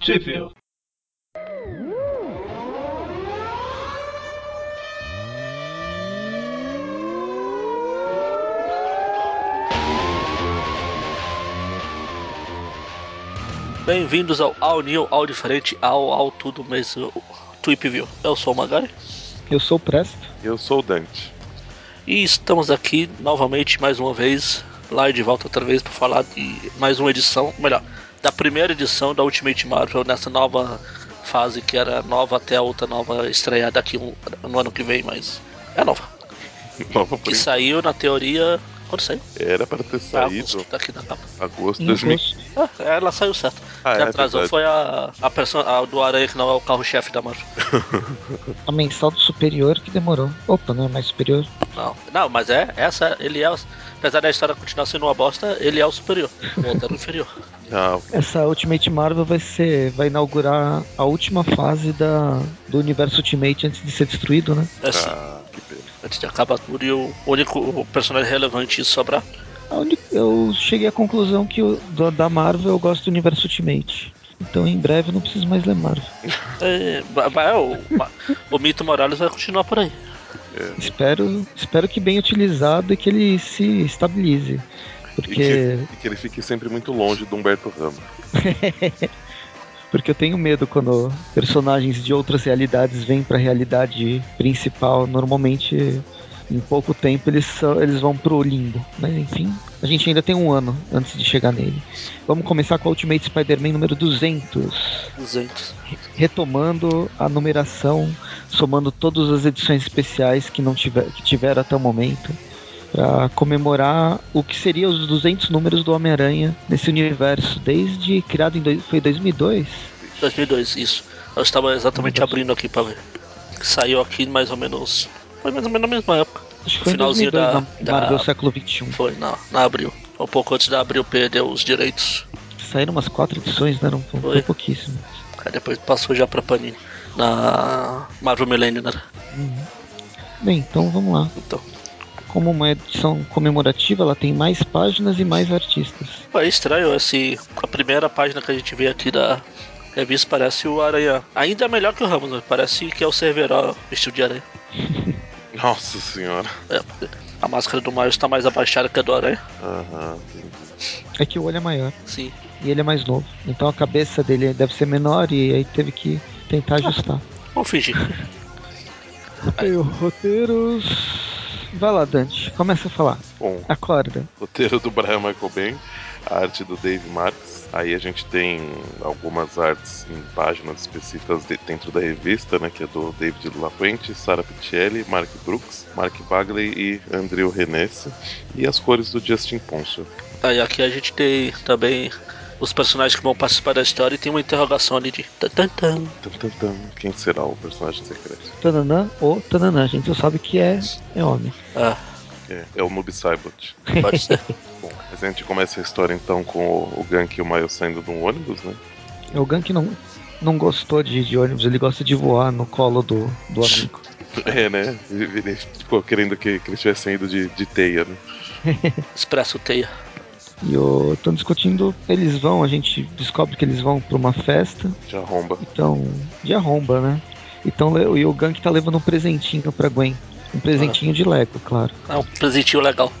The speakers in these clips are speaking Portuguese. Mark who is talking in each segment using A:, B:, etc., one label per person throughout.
A: Civil. Bem-vindos ao All New, ao diferente, ao ao tudo mesmo Tweep View. Eu sou o Magari
B: Eu sou o Presto.
C: Eu sou o Dante.
A: e estamos aqui novamente mais uma vez, lá e de volta outra vez para falar de mais uma edição, melhor, da primeira edição da Ultimate Marvel nessa nova fase que era nova até a outra nova estrear daqui um- no ano que vem, mas é nova.
C: Nova
A: Que
C: Prince.
A: saiu na teoria quando saiu?
C: Era pra ter saído
A: Tá aqui na capa.
C: agosto de
B: Em
C: 2000.
B: agosto.
A: Ah, ela saiu certo.
C: Ah,
A: Quem
C: é
A: atrasou
C: verdade.
A: foi a, a, perso- a do Aranha, que não é o carro-chefe da Marvel.
B: A mensal do superior que demorou. Opa, não é mais superior.
A: Não, não, mas é, essa, ele é, o- apesar da história continuar sendo uma bosta, ele é o superior. O outro era o inferior.
C: Ah,
B: Essa Ultimate Marvel vai ser. vai inaugurar a última fase da, do universo Ultimate antes de ser destruído, né?
A: Essa,
C: ah, que pena.
A: É assim, antes de acabar tudo e o único personagem relevante sobrar.
B: A única- Eu cheguei à conclusão que o- da- da Marvel eu gosto do universo Ultimate. Então em breve eu não preciso mais ler Marvel.
A: É, ba- ba- o, ma- o Mito Morales vai continuar por aí.
C: é.
B: Espero, espero que bem utilizado e que ele se estabilize.
C: E
B: Porque,
C: que, e que ele fique sempre muito longe do Humberto Ramos.
B: porque eu tenho medo quando personagens de outras realidades vêm pra realidade principal. Normalmente, em pouco tempo, eles, são- eles vão pro limbo. Mas enfim, a gente ainda tem um ano antes de chegar nele. Vamos começar com a Ultimate Spider-Man número 200.
A: 200.
B: retomando a numeração, somando todas as edições especiais que não tiver, que tiveram até o momento, para comemorar o que seria os 200 números do Homem-Aranha nesse universo, desde criado em dois- foi 2002.
A: 2002, isso. Eu estava exatamente abrindo aqui pra ver. Saiu aqui mais ou menos. Foi mais ou menos na mesma época.
B: Acho que foi em
A: Finalzinho
B: 2002,
A: da-
B: na Marvel
A: da-
B: século 21.
A: Foi na, na abril. Um pouco antes da abril perdeu os direitos.
B: Saíram umas quatro edições, né? Não foi,
A: Foi.
B: pouquíssimo.
A: Aí depois passou já pra Panini. Na Marvel Millennium, né?
B: Bem, então vamos lá.
A: Então.
B: Como uma edição comemorativa, ela tem mais páginas e mais artistas.
A: Pô, É estranho esse. A primeira página que a gente vê aqui da revista parece o Aranha. Ainda melhor que o Ramos, né? Parece que é o Cerveró vestido de aranha.
C: Nossa senhora.
A: É, porque a máscara do Miles tá mais abaixada que a do Aranha.
C: Aham.
B: É que o olho é maior.
A: Sim.
B: e ele é mais novo. Então a cabeça dele deve ser menor e aí teve que tentar ajustar.
A: Vou fingir.
B: Tem o roteiros. Vai lá, Dante, começa a falar.
C: Bom,
B: Acorda.
C: roteiro do Brian Michael Bay, a arte do Dave Marks. Aí a gente tem algumas artes em páginas específicas de- dentro da revista, né? Que é do David Lapuente, Sarah Pichelli, Mark Brooks, Mark Bagley e Andrew Renesse. E as cores do Justin Ponce.
A: Aí aqui a gente tem também os personagens que vão participar da história e tem uma interrogação ali de. tan, tan, tan.
C: Tum, tum, tum. Quem será o personagem secreto?
B: Tananã ou Tananã, a gente só sabe que é, é homem.
A: Ah,
C: É, é o Noob Saibot.
A: pode ser.
C: Bom, mas a gente começa a história então com o, o Gank e o Miles saindo de um ônibus, né?
B: É o Gan que não, não gostou de, de ônibus, ele gosta de voar no colo do, do amigo.
C: É, né? Ele, ele ficou tipo, querendo que, que eles tivessem ido de, de teia, né?
A: Expresso Teia.
B: E eu tô discutindo, eles vão, a gente descobre que eles vão pra uma festa,
C: Já arromba.
B: então de arromba, né? Então le- e o Gan que tá levando um presentinho pra Gwen. Um presentinho de Lego, claro.
A: É um presentinho legal.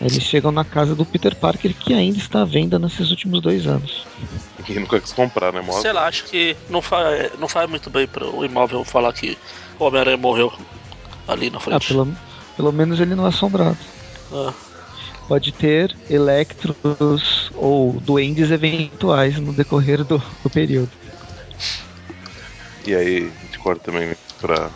B: Eles chegam na casa do Peter Parker, que ainda está à venda nesses últimos dois anos.
C: E nunca quis comprar, né? Mostra.
A: Sei lá, acho que não faz, não faz muito bem pro imóvel falar que o Homem-Aranha morreu ali na
B: Ah,
A: frente.
B: pelo, pelo menos ele não é assombrado.
A: Ah,
B: Pode ter electros ou duendes eventuais no decorrer do, do período.
C: E aí a gente corta também pra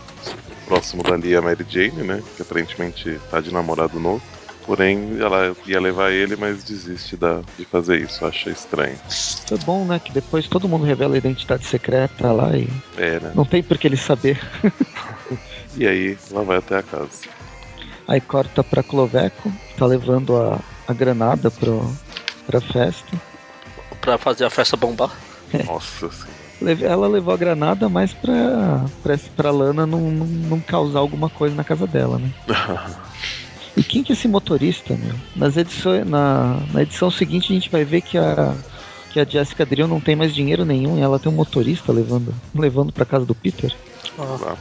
C: próximo dali a Mary Jane, né? Que aparentemente tá de namorado novo. Porém, ela ia levar ele, mas desiste da, de fazer isso. Acha estranho.
B: Foi bom, né? Que depois todo mundo revela a identidade secreta lá e
C: É, né?
B: não tem por que ele saber.
C: E aí ela vai até a casa.
B: Aí corta pra Cloveco, que tá levando a, a granada pro, pra festa.
A: pra fazer a festa bombar.
C: Nossa senhora.
B: Leve- Ela levou a granada mais pra, pra, pra Lana não, não, não causar alguma coisa na casa dela, né? E quem que é esse motorista, meu? Nas edições, na, na edição seguinte a gente vai ver que a, que a Jessica Drill não tem mais dinheiro nenhum e ela tem um motorista levando, levando para casa do Peter.
A: Ah,
C: Lá.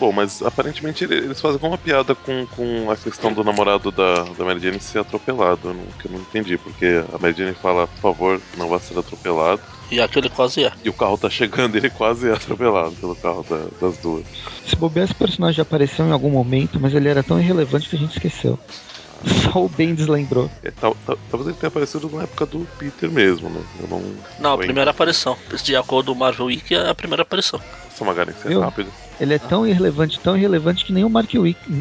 C: Bom, mas aparentemente ele- eles fazem alguma piada com, com a questão do namorado da, da Mary Jane ser atropelado, né, que eu não entendi, porque a Mary Jane fala, por favor, não vá ser atropelado,
A: e aquele quase é.
C: e o carro tá chegando e ele quase é atropelado pelo carro da- das duas.
B: Se bobear, esse personagem já apareceu em algum momento, mas ele era tão irrelevante que a gente esqueceu. Só o Bendis lembrou.
C: É, tal- tal- talvez ele tenha aparecido na época do Peter mesmo, né? Eu não.
A: Não, a
C: Foi.
A: primeira aparição. De acordo com o Marvel Wiki, é a primeira aparição.
C: Nossa, Magaren, você é
B: Eu?
C: rápido.
B: Ele é tão irrelevante, tão irrelevante que nem o Mark Wick,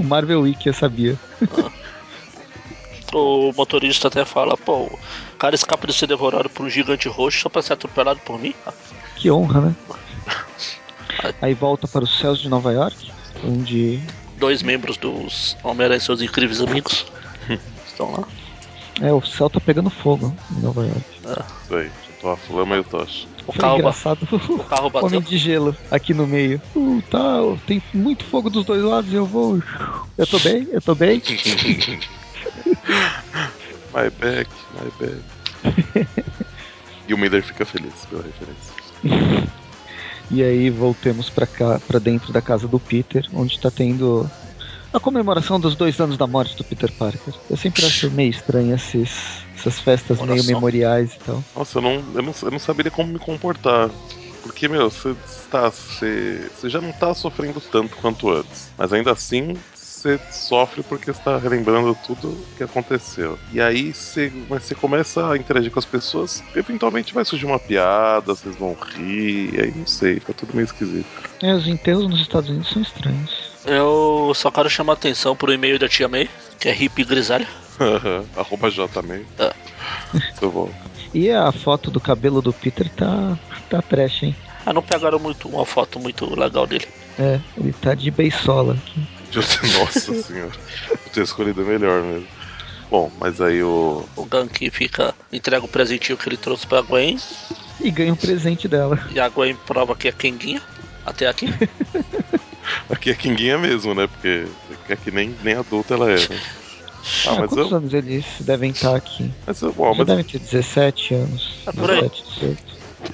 B: o Marvel Wiki eu sabia.
A: O motorista até fala, pô, o cara escapa de ser devorado por um gigante roxo só pra ser atropelado por mim? Ah,
B: Que honra, né? Aí volta para os céus de Nova York, onde
A: Dois membros dos Homem-Aranha e seus incríveis amigos estão lá.
B: é, o céu tá pegando fogo em Nova York.
C: Isso aí, juntou a flama e o tocha.
A: O
B: Foi
A: carro, ba-
B: engraçado.
A: o carro
B: O
A: bateu.
B: Homem de gelo aqui no meio. Uh, tá, tem muito fogo dos dois lados, eu vou. Eu tô bem, eu tô bem.
C: My back, my back. e o Miller fica feliz pela referência.
B: E aí voltemos pra cá, para dentro da casa do Peter, onde tá tendo a comemoração dos dois anos da morte do Peter Parker. Eu sempre acho meio estranho esses, essas festas meio
A: Comemoração.
B: memoriais e tal.
C: Nossa, eu não, eu não, eu não saberia como me comportar. Porque, meu, você está. Você, você já não tá sofrendo tanto quanto antes. Mas ainda assim, você sofre porque está relembrando tudo que aconteceu. E aí você, mas você começa a interagir com as pessoas, eventualmente vai surgir uma piada, vocês vão rir, e aí não sei, fica tudo meio esquisito.
B: É, os enterros nos Estados Unidos são estranhos.
A: Eu só quero chamar a atenção pro e-mail da tia May, que é hippie grisalha.
C: Arroba J também.
A: Ah.
C: Muito bom.
B: E a foto do cabelo do Peter tá, tá trash, hein?
A: Ah, não pegaram muito uma foto muito legal dele.
B: É, ele tá de beisola.
C: Nossa senhora. Eu tinha escolhido melhor mesmo. Bom, mas aí o,
A: O Gank fica, entrega o presentinho que ele trouxe pra Gwen,
B: E ganha um presente dela.
A: e a Gwen prova que é Kenguinha. Até aqui.
C: Aqui é Kinguinha mesmo, né? Porque é que nem, nem adulta ela é. Né? Ah,
B: Ah,
C: mas
B: quantos
C: eu.
B: anos eles devem estar aqui?
C: Mas, eu- bom,
B: Já
C: mas, É
B: devem ter 17 anos.
A: Ah, por aí.
B: 17, 18.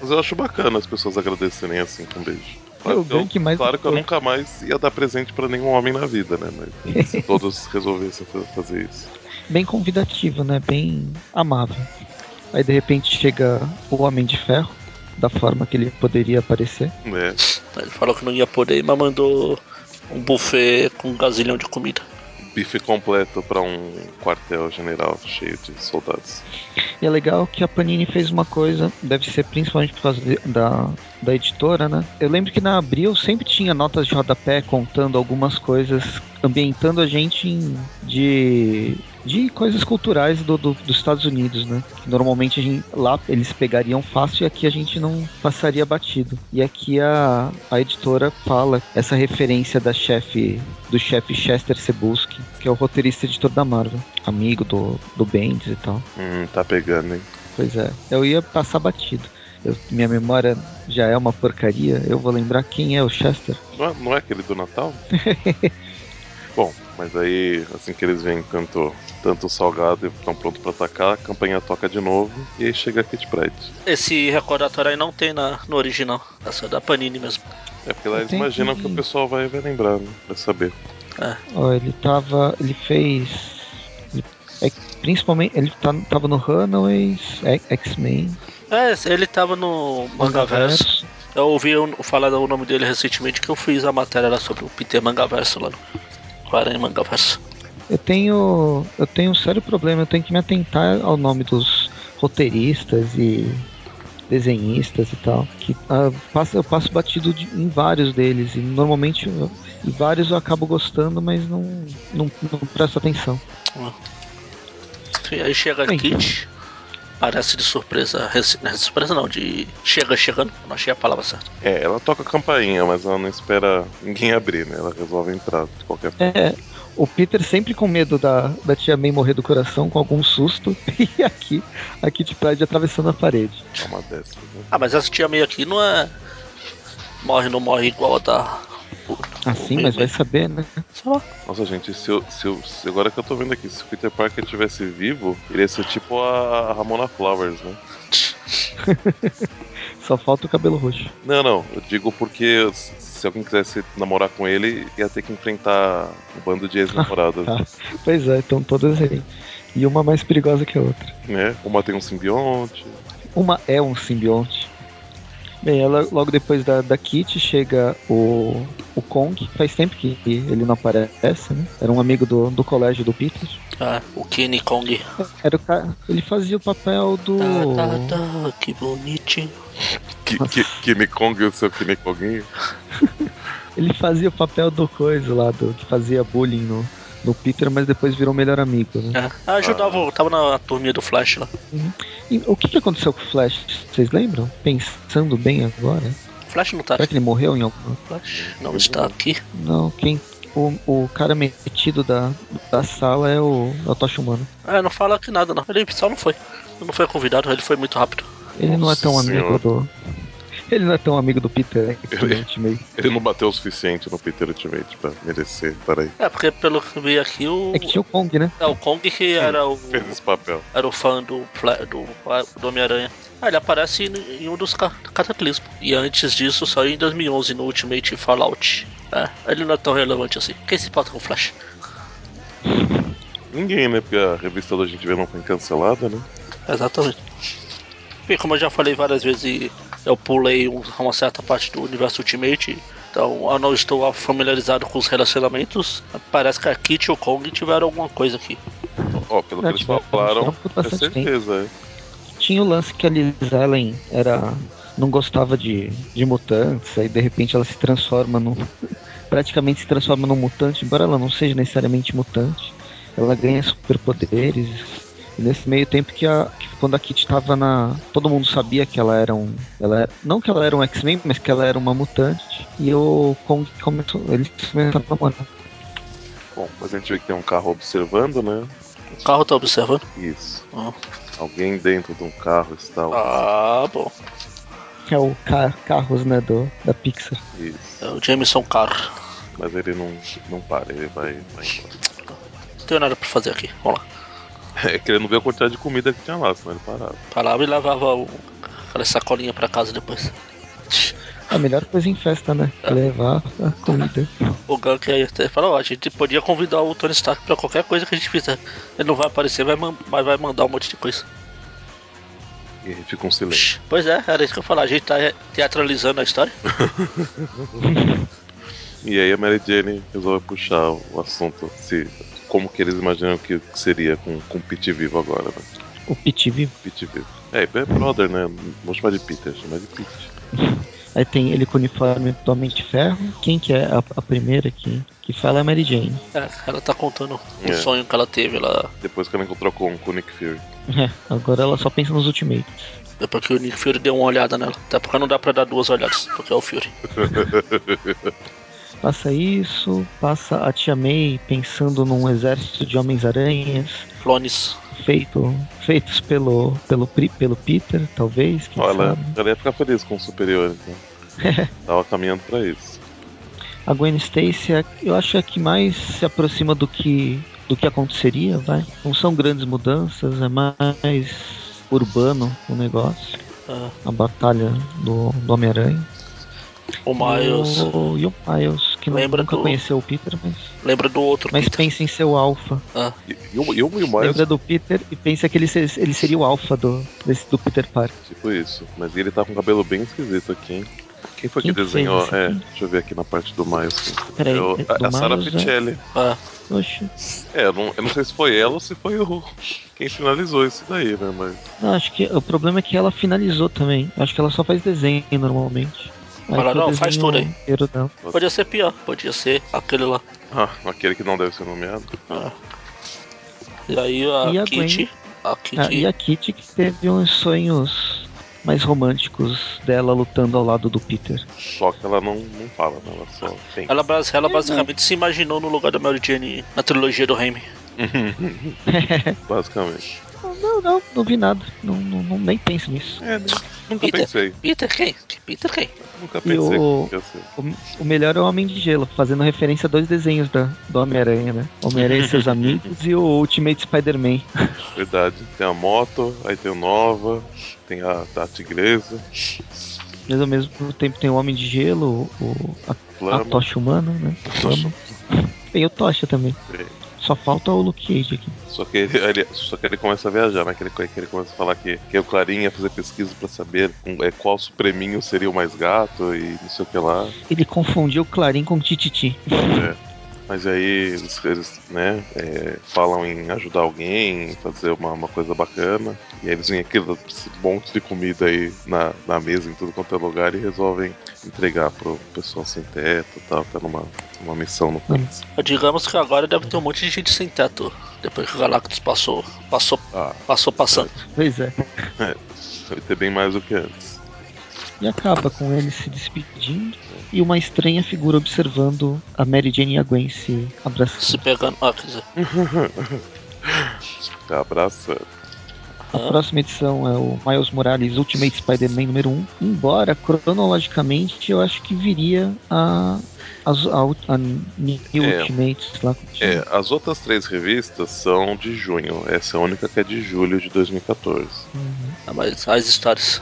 C: mas eu acho bacana as pessoas agradecerem assim com um beijo.
B: É o
C: que eu-
B: gank mais
C: claro que eu
B: gostoso.
C: nunca mais ia dar presente pra nenhum homem na vida, né? Mas se todos resolvessem fa- fazer isso.
B: Bem convidativo, né? Bem amável. Aí de repente chega o Homem de Ferro, da forma que ele poderia aparecer.
C: Né?
A: Ele falou que não ia poder, mas mandou um buffet com um gazilhão de comida.
C: Bife completo pra um quartel general cheio de soldados.
B: E é legal que a Panini fez uma coisa, deve ser principalmente por causa de- da, da editora, né? Eu lembro que na Abril sempre tinha notas de rodapé contando algumas coisas, ambientando a gente em- de, de coisas culturais do, do- dos Estados Unidos, né? Que normalmente a gente, lá eles pegariam fácil e aqui a gente não passaria batido. E aqui a, a editora fala essa referência da chefe do chefe Chester Sebusky, que é o roteirista e editor da Marvel, amigo do, do Bendis e tal.
C: Hum, tá pegando, hein?
B: Pois é, eu ia passar batido. Eu- minha memória já é uma porcaria, eu vou lembrar quem é o Chester.
C: Não é, não é aquele do Natal? Bom, mas aí, assim que eles veem tanto, tanto o salgado e estão prontos pra atacar, a campanha toca de novo e aí chega a Kit Pride.
A: Esse recordatório aí não tem na, no original, essa é da Panini mesmo.
C: É porque lá
B: Eu
C: eles
B: tenho
C: imaginam
B: que-
C: que o pessoal vai, vai lembrar, né? Pra saber.
B: Ó, ele tava. Ele fez. ele- é, principalmente. Ele tá, tava no Runaways, é, X-Men,
A: É, ele tava no Mangaverso.
B: Mangaverso.
A: Eu ouvi o- falar o nome dele recentemente que eu fiz a matéria lá sobre o Peter Mangaverso lá no o Aranha Mangaverso.
B: Eu tenho. Eu tenho um sério problema, eu tenho que me atentar ao nome dos roteiristas e desenhistas e tal. Que ah, passa- eu passo batido de- em vários deles. E normalmente eu- e vários eu acabo gostando, mas não, não, não presto atenção.
A: E aí chega a
B: Bem.
A: Kit, parece de surpresa, rece- não, é de surpresa não, de chega chegando, não achei a palavra certa.
C: É, ela toca a campainha, mas ela não espera ninguém abrir, né? Ela resolve entrar de qualquer forma.
B: É, o Peter sempre com medo da, da tia May morrer do coração, com algum susto, e aqui, aqui de Pride atravessando a parede.
C: É uma dessas, né?
A: Ah, mas essa tia meio aqui não é. Morre não morre igual a da. o-
B: Assim,
A: o-
B: mas vai saber, né?
A: Sei lá.
C: Nossa, gente, se eu, se eu, se- agora que eu tô vendo aqui, se o Peter Parker estivesse vivo, ele ia ser tipo a Ramona Flowers, né?
B: Só falta o cabelo roxo.
C: Não, não, eu digo porque se se alguém quisesse namorar com ele, ia ter que enfrentar o bando de ex-namoradas.
B: Tá. Pois é, então todas aí. E uma mais perigosa que a outra.
C: né? Uma tem um simbionte.
B: Uma é um simbionte. Bem, ela, logo depois da, da Kit chega o, o Kong. Faz tempo que ele não aparece, né? Era um amigo do, do colégio do Peter.
A: Ah, o Kenny Kong.
B: Era o ca- ele fazia o papel do.
A: Tá, tá, tá, que bonitinho.
C: Que, que, Kimi Kong e o seu Kimi Konginho.
B: Ele fazia o papel do coisa lá, do, que fazia bullying no, no Peter, mas depois virou melhor amigo, né?
A: É. Ajudava, eu tava na turminha do Flash lá.
B: E o que, que aconteceu com o Flash? Vocês lembram? Pensando bem agora.
A: Flash não tá
B: Será que
A: aqui.
B: ele morreu em algum.
A: Flash
B: É.
A: não está aqui.
B: Não, quem. O, o cara metido da, da sala é o, é o Tocha Humana.
A: É, não fala que nada não. Ele só não foi. Não foi convidado, ele foi muito rápido.
B: Ele não é tão
C: Nossa
B: amigo do. Ele não é tão amigo do Peter, né? que
C: Ele-
B: gente meio-
C: Ele não bateu o suficiente no Peter Ultimate pra merecer. Peraí,
A: É, porque pelo que eu vi aqui, o.
B: É que tinha o Kong, né?
A: É, o Kong que era o.
C: fez esse papel.
A: Era o fã do, Fla- do, do Homem-Aranha. Ah, ele aparece em, em um dos ca- cataclismos. E antes disso, só em 2011, no Ultimate Fallout. É, ele não é tão relevante assim. Quem se importa com o Flash?
C: Ninguém, né? Porque a revista da gente vê não foi cancelada, né?
A: Exatamente. E como eu já falei várias vezes, e eu pulei um- uma certa parte do universo Ultimate, então eu não estou familiarizado com os relacionamentos. Parece que a Kit e o Kong tiveram alguma coisa aqui.
C: Ó, pelo que
B: Não,
C: eles
B: tiveram-
C: falaram,
B: tiveram por
C: é
B: bastante
C: certeza. é.
B: Tinha o lance que a Liz Allen era. não gostava de, de mutantes, aí de repente ela se transforma num. praticamente se transforma num mutante, embora ela não seja necessariamente mutante. Ela ganha superpoderes. E nesse meio tempo que, a, que quando a Kit tava na. Todo mundo sabia que ela era um. Ela era- não que ela era um X-Men, mas que ela era uma mutante. E o Kong começou. Eles começaram a namorar.
C: é. Bom, mas a gente vê que tem um carro observando, né?
A: O carro tá observando?
C: Isso.
A: Ah.
C: Alguém dentro de um carro está.
A: Ah, bom.
B: É o Car Carros, né? Do, da Pixar.
A: É
C: Isso.
A: o Jameson Carr.
C: Mas ele não, não para, ele vai, vai embora.
A: Não tenho nada pra fazer aqui. Vamos lá.
C: É que ele não viu a quantidade de comida que tinha lá, senão ele parava.
A: Parava e levava o... aquela sacolinha pra casa depois.
B: A melhor coisa em festa, né? Levar a comida.
A: O Gank aí até falou, ó, a gente podia convidar o Tony Stark pra qualquer coisa que a gente fizer. Ele não vai aparecer, vai man- mas vai mandar um monte de coisa.
C: E aí fica um silêncio.
A: Pois é, era isso que eu ia falar. A gente tá é, teatralizando a história.
C: E aí a Mary Jane resolve puxar o assunto se como que eles imaginam que seria com, com o Pete vivo agora, né?
B: O Pit vivo.
C: Pete vivo. É, é brother, né? Não Vou chamar de Peter, chamar de Pete.
B: Aí tem ele com o uniforme do Homem de Ferro. Quem que é a, a primeira que, que fala é a Mary Jane.
A: É, ela tá contando o
C: É.
A: sonho que ela teve lá.
C: Depois que ela encontrou com, com o Nick Fury.
B: É, agora ela só pensa nos Ultimates.
A: Depois que o Nick Fury deu uma olhada nela. Até porque não dá pra dar duas olhadas, porque é o Fury.
B: Passa isso, passa a Tia May pensando num exército de Homens-Aranhas
A: Clones.
B: feito, feitos pelo, pelo, Pri- pelo Peter, talvez. Quem
C: Olha,
B: sabe?
C: ela ia ficar feliz com o superior, então. Tava caminhando pra isso.
B: A Gwen Stacy, é- eu acho que é a que mais se aproxima do que do que aconteceria, vai. Não são grandes mudanças, é mais urbano o negócio,
A: é,
B: a batalha do, do Homem-Aranha.
A: o Miles.
B: E o, e o Miles, que
A: Lembra
B: nunca
A: do-
B: conheceu o Peter, mas,
A: Lembra do outro
B: mas
A: Peter.
B: pensa em ser o alfa.
A: Ah,
C: E, e, o, e o e o Miles,
B: Lembra do Peter e pensa que ele, se- ele seria o alfa do, desse, do Peter Parker.
C: tipo isso. Mas ele tá com um cabelo bem esquisito aqui, hein? Quem foi que
B: Quem que
C: desenhou?
B: fez
C: é,
B: esse
C: deixa eu ver aqui na parte do Miles.
B: Peraí,
C: Eu-
B: é
C: a
B: do
C: a Sarah
B: Miles, é?
C: Pichelli.
A: ah,
B: Oxe.
C: É, eu não, eu não sei se foi ela ou se foi o quem finalizou isso daí, né? Mas
B: Não, acho que o problema é que ela finalizou também. Acho que ela só faz desenho normalmente. Aí
A: Ela
B: foi o
A: não, faz
B: desenho
A: tudo aí.
B: inteiro dela.
A: podia ser pior. Podia ser aquele lá. É.
C: ah, aquele que não deve ser nomeado.
A: E aí a,
B: E a
A: Kitty. A Kitty.
B: Ah, e a Kitty que teve uns sonhos mais românticos dela lutando ao lado do Peter.
C: Só que ela não, não fala, né? Ela só tem.
A: Ela, bas- ela basicamente se imaginou no lugar da Mary Jane na trilogia do Raimi.
C: Basicamente.
B: Não, não, não vi nada. Não, não- não- nem penso nisso.
C: É, nem- nunca
A: Eita.
C: pensei.
A: Peter quem? Que Peter quem?
C: Nunca
B: E
C: pensei
B: o-
C: que ia ser.
B: O, o melhor é o Homem de Gelo, fazendo referência a dois desenhos da, do Homem-Aranha, né? Homem-Aranha e seus amigos e o Ultimate Spider-Man.
C: Verdade. Tem a moto, aí tem o Nova, tem a, a Tigresa,
B: Mas ao mesmo tempo tem o Homem de Gelo, o, a,
C: a
B: a
C: Flama.
B: Tocha Humana, né? Vamos. Tem o Tocha também.
C: Tem.
B: Só falta o Luke Cage aqui.
C: Só que ele, ele- só que ele começa a viajar, né? Que ele, que ele começa a falar que, que o Clarim ia fazer pesquisa pra saber com- é, qual supreminho seria o mais gato e não sei o que lá.
B: Ele confundiu o Clarim com o Tititi.
C: Mas aí eles, eles, né, é, falam em ajudar alguém, fazer uma, uma coisa bacana. E aí eles vêm aquele esse monte de comida aí na, na mesa, em tudo quanto é lugar, e resolvem entregar pro pessoal sem teto e tal. Tá numa, numa missão no Queens.
A: Digamos que agora deve ter um monte de gente sem teto. Depois que o Galactus passou, passou,
C: Ah,
A: passou passando.
B: Pois é.
C: vai ter bem mais do que antes.
B: E acaba com ele se despedindo e uma estranha figura observando a Mary Jane e a Gwen se
A: Se
B: abraçando.
A: pegando. Ah, quer dizer.
C: Tá abraçando.
B: A
A: ah,
B: próxima edição é o Miles Morales Ultimate Spider-Man número 1. Embora, cronologicamente, eu acho que viria a, as- a, ult- a New
C: É.
B: Ultimates lá.
C: É, as outras três revistas são de junho. Essa é a única que é de julho de 2014.
B: Uhum.
A: ah, mas as histórias.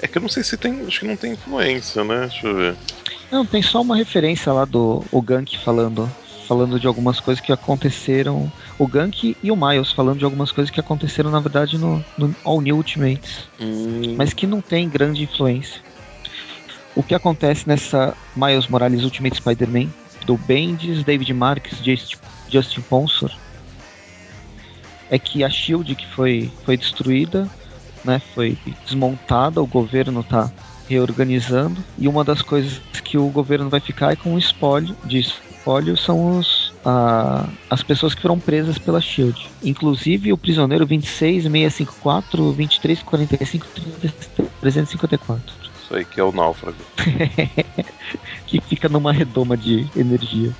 C: É que eu não sei se tem. Acho que não tem influência, né? Deixa eu ver.
B: Não, tem só uma referência lá do o Gank falando. Falando de algumas coisas que aconteceram. O Gank e o Miles falando de algumas coisas que aconteceram, na verdade, no, no All New Ultimates. mas que não tem grande influência. O que acontece nessa Miles Morales Ultimate Spider-Man do Bendis, David Marques, Just- Justin Ponsor é que a Shield que foi, foi destruída, né, foi desmontada, o governo tá reorganizando e uma das coisas que o governo vai ficar é com o espólio de espólio são os a- as pessoas que foram presas pela Shield. Inclusive o prisioneiro 26, 654, 23, 45, 30, 354,
C: Isso aí que é o náufrago.
B: que fica numa redoma de energia.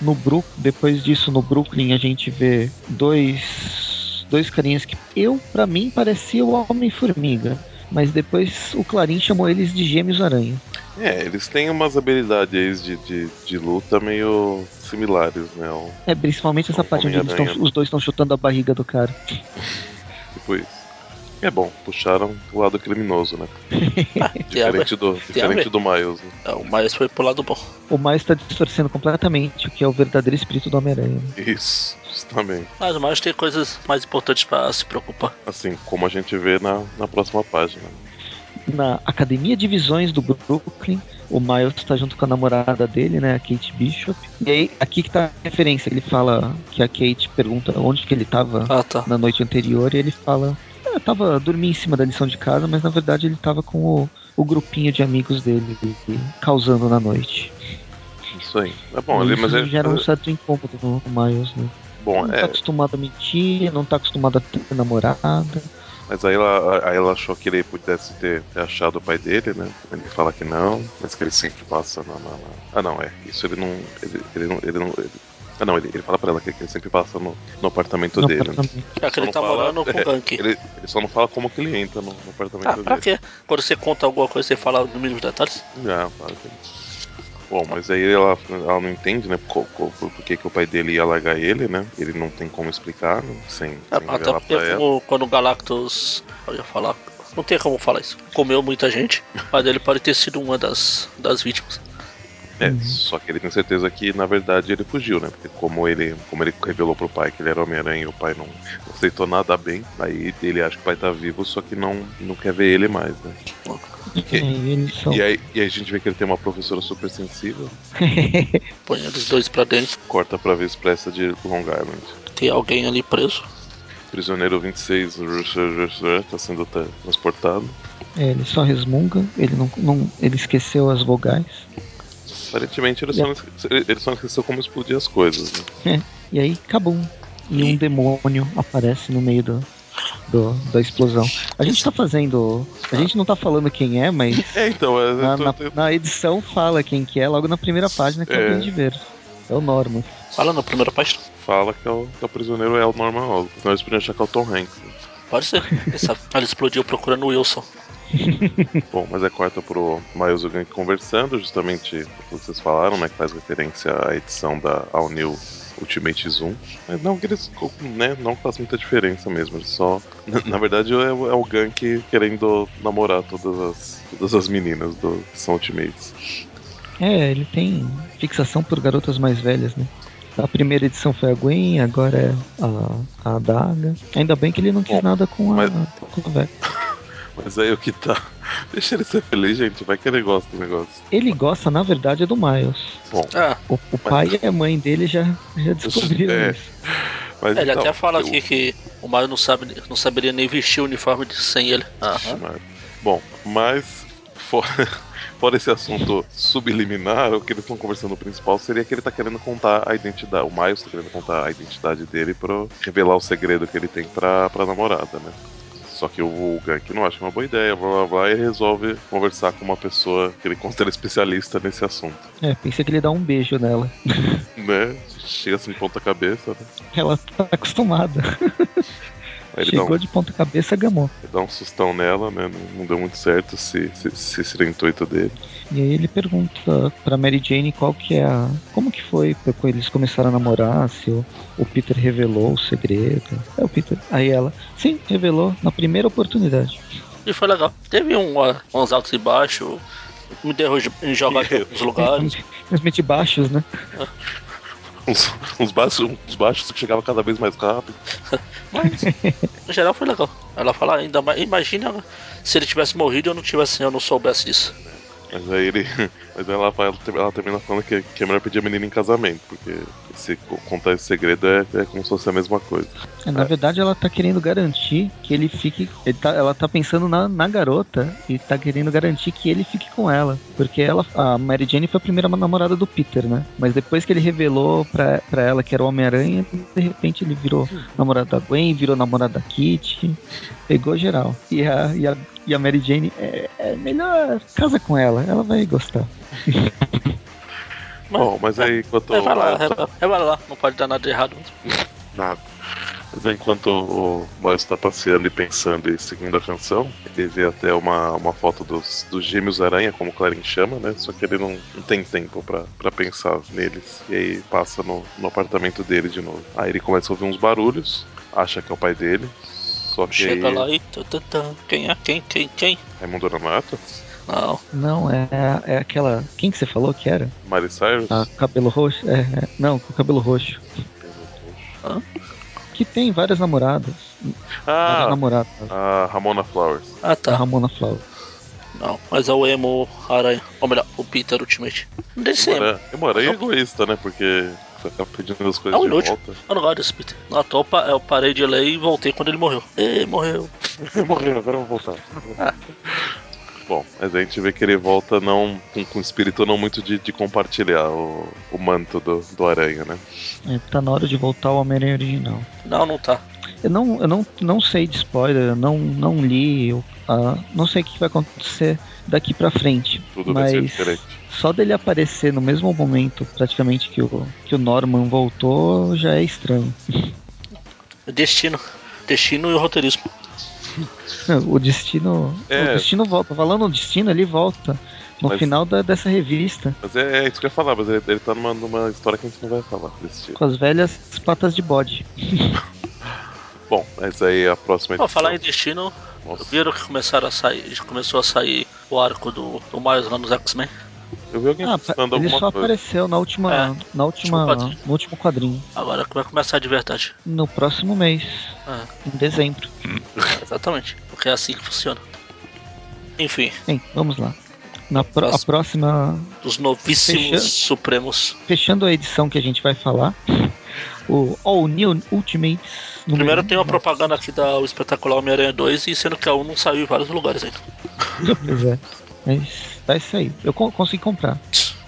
B: No Brook, depois disso no Brooklyn a gente vê dois dois carinhas que eu pra mim parecia o Homem-Formiga, mas depois o Clarim chamou eles de Gêmeos Aranha.
C: É, eles têm umas habilidades de, de, de luta meio similares, né? Um-
B: É, principalmente essa
C: O
B: parte onde eles tão-
C: Homem-Aranha.
B: os dois estão chutando a barriga do cara.
C: tipo isso. E É bom, puxaram o lado criminoso, né?
A: Tem a ver.
C: Diferente do, diferente
A: ver.
C: do Miles, né?
A: É, o Miles foi pro lado bom.
B: O Miles está distorcendo completamente o que é o verdadeiro espírito do Homem-Aranha. né?
C: Isso, justamente.
A: Mas o Miles tem coisas mais importantes pra se preocupar.
C: Assim, como a gente vê na, na próxima página.
B: Na Academia de Visões do Brooklyn, o Miles está junto com a namorada dele, né, a Kate Bishop. E aí, aqui que tá a referência, ele fala que a Kate pergunta onde que ele estava
A: Ah, tá.
B: na noite anterior e ele fala, ah, tava dormindo em cima da lição de casa, mas na verdade ele tava com o, o grupinho de amigos dele causando na noite.
C: Isso aí. É bom,
B: E
C: ali,
B: isso
C: mas é.
B: gera um certo incômodo no Miles, né?
C: Bom,
B: não
C: é.
B: tá acostumado a mentir, não tá acostumado a ter namorada.
C: Mas aí ela, aí ela achou que ele pudesse ter achado o pai dele, né? Ele fala que não, mas que ele sempre passa na. na- na- Ah, não, é. Isso ele não. Ele, ele não. Ele não ele- Ah, não, ele, ele fala pra ela que que ele sempre passa no, no apartamento
B: no
C: dele. né?
B: apartamento.
A: É que ele
C: não
A: tá
C: fala-
A: morando com
C: é,
A: o Gank.
C: Ele, é ele só não fala como que ele entra no, no apartamento
A: Ah,
B: tá.
A: pra
C: dele.
A: quê? Quando você conta alguma coisa, você fala no mínimo detalhes?
C: Ah, claro que não. Bom, mas aí ela, ela não entende, né? Por, por, por por que, que o pai dele ia largar ele, né? Ele não tem como explicar, né? Sem,
A: É, até
C: sem revelar
A: porque
C: pra ela.
A: como- quando o Galactus. Eu ia falar. Não tem como falar isso. Comeu muita gente, mas ele pode ter sido uma das, das vítimas.
C: É,
B: Uhum.
C: só que ele tem certeza que, na verdade, ele fugiu, né? Porque como ele, como ele revelou pro pai que ele era Homem-Aranha e o pai não, não aceitou nada bem, aí ele acha que o pai tá vivo, só que não, não quer ver ele mais, né?
B: É, e eles são.
C: E aí, e aí a gente vê que ele tem uma professora super sensível,
A: Põe eles dois pra dentro.
C: corta pra ver expressa de Long Island.
A: Tem alguém ali preso.
C: Prisioneiro 26, tá sendo tra- transportado.
B: É, ele só resmunga, ele não, não- ele esqueceu as vogais.
C: Aparentemente ele só, não esque- ele- ele só não esqueceu como explodir as coisas, né?
B: E aí, acabou. E um
A: E-
B: demônio aparece no meio do, do- da explosão. A gente tá fazendo. A gente não tá falando quem é, mas
C: É, então, é,
B: na,
C: eu tô-
B: na-
C: eu tô-
B: na edição fala quem que é logo na primeira página que é
C: É.
B: o Duende Verde. É o Norman.
A: Fala na primeira página.
C: fala que é o, que é o prisioneiro é o Norman Osborn, senão eles podiam Então, achar que é o Tom Hanks. né?
A: Pode ser. Essa- Ela explodiu procurando o Wilson.
C: Bom, mas é corta pro Miles O'Gan conversando, justamente o que vocês falaram, né? Que faz referência à edição da All New Ultimate Zoom. Mas não que eles, né, não faz muita diferença mesmo, eles só... Na verdade, é o é o Gun que querendo namorar todas as, todas as meninas do, que são Ultimates.
B: É, ele tem fixação por garotas mais velhas, né? A primeira edição foi a Gwen, agora é a, a Daga. Ainda bem que ele não quis
C: Bom,
B: nada com a,
C: mas-
B: com a Vec.
C: Mas aí o que tá... Deixa ele ser feliz, gente, vai que ele gosta do negócio.
B: Ele gosta, na verdade, é do Miles.
C: Bom,
A: Ah,
B: O, o pai e a mãe dele já, já descobriram
C: É.
B: isso.
C: mas
A: ele tá
C: então,
A: até fala
C: eu-
A: aqui que o Mario não, sabe, não saberia nem vestir o uniforme de- sem ele. Aham.
C: Mano. Bom, mas fora, fora esse assunto subliminar, o que eles estão conversando principal seria que ele tá querendo contar a identidade, o Miles tá querendo contar a identidade dele pra revelar o segredo que ele tem pra, pra namorada, né? Só que o Gank não acha uma boa ideia, blá blá blá, e ele resolve conversar com uma pessoa que ele considera especialista nesse assunto,
B: É, pensei que ele dá um beijo nela.
C: né? Chega assim de ponta cabeça, né?
B: Ela tá acostumada.
C: Aí ele dá,
B: Chegou
C: um,
B: de ponta cabeça, gamou.
C: dá um sustão nela, né? Não, não deu muito certo se, se, se esse era o intuito dele.
B: E aí ele pergunta pra Mary Jane qual que é a... Como que foi pra- quando eles começaram a namorar, se o, o Peter revelou o segredo. É o Peter. Aí ela, sim, revelou na primeira oportunidade.
A: E foi legal. Teve um, ó, uns altos e baixos. Me derrubou em jogar de alguns lugares.
B: Simplesmente baixos, né?
C: uns, uns, baixos, uns baixos que chegavam cada vez mais rápido.
A: Mas, no geral, foi legal. Ela fala, "Ah, ainda mais. Imagina se ele tivesse morrido e eu não tivesse, eu não soubesse disso.
C: Mas aí ele. Mas aí ela, vai- ela termina falando que, que é melhor pedir a menina em casamento, porque se co- contar esse segredo é, é como se fosse a mesma coisa.
B: É, Na verdade, ela tá querendo garantir que ele fique. ele tá- ela tá pensando na, na garota e tá querendo garantir que ele fique com ela. Porque ela, a Mary Jane foi a primeira namorada do Peter, né? Mas depois que ele revelou pra, pra ela que era o Homem-Aranha, de repente ele virou namorado da Gwen, virou namorado da Kitty, pegou geral. E a, e a, e a Mary Jane é, é melhor casa com ela, ela vai gostar.
A: Mas-
C: Bom, mas aí enquanto.
A: Vai lá,
C: ah,
A: vai
C: tá-
A: lá, vai lá. Não pode dar nada de errado.
C: nada. Mas aí, enquanto o Miles tá passeando e pensando e seguindo a canção, ele vê até uma, uma foto dos, dos gêmeos aranha, como o Clarim chama, né? Só que ele não, não tem tempo pra, pra pensar neles. E aí passa no, no apartamento dele de novo. Aí ele começa a ouvir uns barulhos, acha que é o pai dele. Só que
A: Chega
C: aí,
A: lá e. tã, tã, tã. Quem é? Quem? Quem? Quem?
C: Raimundo Donato,
A: Não.
B: Não, é, é aquela. Quem que você falou que era?
C: Miley Cyrus,
B: Ah, cabelo roxo? É, é, não, com o cabelo roxo. que tem várias namoradas.
C: ah,
B: Várias namoradas.
C: a Ramona Flowers.
A: Ah
B: Da
A: tá.
B: Ramona Flower.
A: Não. Mas é o Emo Aranha. Ou melhor, o Peter Ultimate. Não desse Emo.
C: Demora, demora, é egoísta, né? Porque você acaba pedindo as coisas
A: É um
C: de
A: inútil.
C: volta.
A: Eu não gosto desse Peter. Na topa, eu parei de ler e voltei quando ele morreu. Ei, morreu.
C: Morreu, agora eu vou voltar. Bom, mas a gente vê que ele volta não com, com um espírito não muito de, de compartilhar o, o manto do, do aranha, né?
B: É, tá na hora de voltar ao Homem-Aranha original.
A: Não, não tá.
B: Eu não, eu não, não sei de spoiler, eu não, não li, eu, ah, não sei o que vai acontecer daqui pra frente.
C: Tudo vai
B: mas
C: ser diferente.
B: só dele aparecer no mesmo momento, praticamente, que o, que o Norman voltou, já é estranho.
A: Destino. Destino e o roteirismo.
B: Não, O destino.
C: É.
B: O destino volta. Falando no destino, ele volta. No
C: Mas-
B: final da- dessa revista,
C: Mas é, é isso que eu ia falar, mas ele, ele tá numa, numa história que a gente não vai falar desse tipo.
B: com as velhas patas de bode.
C: Bom, mas aí a próxima
A: Pra
C: edição.
A: falar em destino,
C: Nossa,
A: viram que começaram a sair. Já começou a sair o arco do, do Miles lá nos X-Men.
C: eu vi alguém
B: Ah,
C: postando
B: ele
C: alguma
B: só
C: coisa.
B: apareceu na última,
A: É,
B: na última,
A: último quadrinho.
B: no último quadrinho,
A: Agora que vai começar de verdade.
B: no próximo mês,
A: É,
B: em dezembro.
A: exatamente. Porque é assim que funciona. Enfim,
B: Bem, vamos lá. Na pró- a
A: Próximo.
B: próxima,
A: os novíssimos
B: Fechando.
A: Supremos.
B: fechando a edição que a gente vai falar, o All New Ultimates. número
A: Primeiro
B: um.
A: tem uma propaganda aqui da o espetacular Homem-Aranha 2, e sendo que a 1 não saiu em vários lugares ainda.
B: Pois é. Mas vai sair. Eu co- consegui comprar.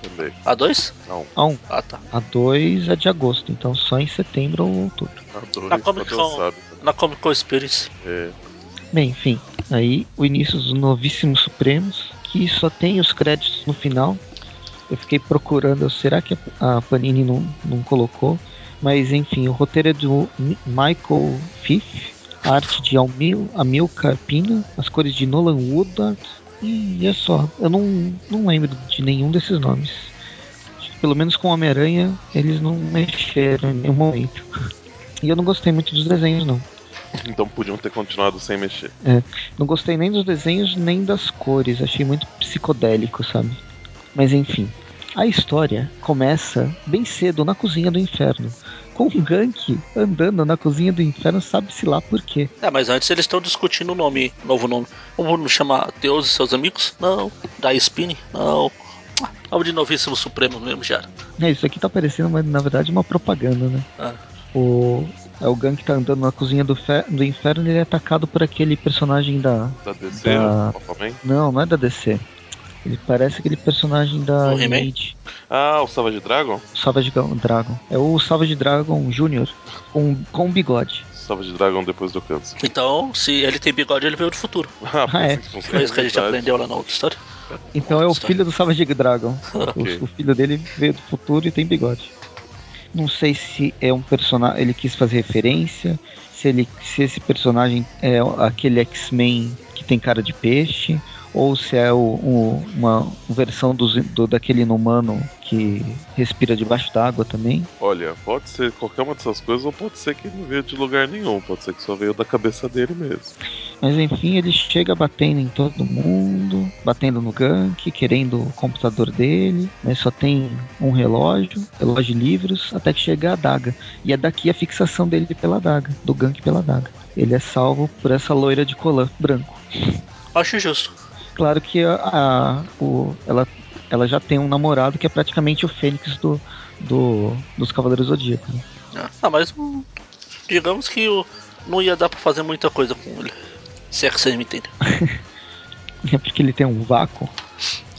C: Também.
A: A 2?
C: Não,
B: A um,
A: Ah tá.
B: a dois é de agosto, então só em setembro ou outubro.
C: a dois,
A: Na
C: a
A: Comic
C: Tá Deus
A: Con.
C: sabe.
A: Na Comic Con Experience.
C: É,
B: Bem, enfim, aí o início dos Novíssimos Supremos, que só tem os créditos no final. Eu fiquei procurando, será que a a Panini não, não colocou? Mas enfim, o roteiro é do Mi- Michael Fife, arte de Almil, Amilcar Pina, as cores de Nolan Woodard. E é só, eu não, não lembro de nenhum desses nomes. Pelo menos com Homem-Aranha, eles não mexeram em nenhum momento. E eu não gostei muito dos desenhos, não.
C: Então podiam ter continuado sem mexer.
B: É, não gostei nem dos desenhos, nem das cores. Achei muito psicodélico, sabe? Mas enfim. A história começa bem cedo na cozinha do inferno. Com o Gank andando na cozinha do inferno, sabe-se lá por quê.
A: É, mas antes eles estão discutindo o nome, novo nome. Vamos chamar Deus e seus amigos? Não. Da Spin? Não. Alvo de Novíssimo Supremo mesmo, já. era.
B: É, isso aqui tá parecendo, mas na verdade, uma propaganda, né?
A: Ah.
B: O, é o Gank tá andando na cozinha do, fe- do inferno e ele é atacado por aquele personagem da.
C: Da DC,
B: Da-
C: Aquaman.
B: Não, não é da DC. Ele parece aquele personagem da
A: O He-Man?
B: Image.
C: Ah, o Savage Dragon?
B: Savage Gal- Dragon. É o Savage Dragon Jr. com, com bigode.
C: Savage Dragon depois do câncer.
A: Então, se ele tem bigode, ele veio do futuro.
C: Ah,
B: Ah, é.
C: pensei
A: Foi isso que a gente
C: verdade.
A: aprendeu lá na outra história.
B: Então é o
A: Nossa.
B: filho do Savage Dragon.
C: Ok.
B: O, o filho dele veio do futuro e tem bigode. Não sei se é um personagem. Ele quis fazer referência. Se, ele, se esse personagem é aquele X-Men que tem cara de peixe. Ou se é o- o- uma versão dos- do, daquele inumano que respira debaixo d'água também.
C: Olha, pode ser qualquer uma dessas coisas, ou pode ser que não veio de lugar nenhum, pode ser que só veio da cabeça dele mesmo.
B: Mas enfim, ele chega batendo em todo mundo, batendo no gank, querendo o computador dele, mas só tem um relógio, relógio de livros, até que chega a adaga. E é daqui a fixação dele pela adaga, do gank pela adaga. Ele é salvo por essa loira de colã branco.
A: Acho justo.
B: Claro que a, a- o, ela, ela já tem um namorado que é praticamente o Fênix do, do, dos Cavaleiros Zodíaco. né?
C: É.
A: Ah, mas hum, digamos que o- não ia dar pra fazer muita coisa com ele. Se é que vocês me entendem.
B: É porque ele tem um vácuo.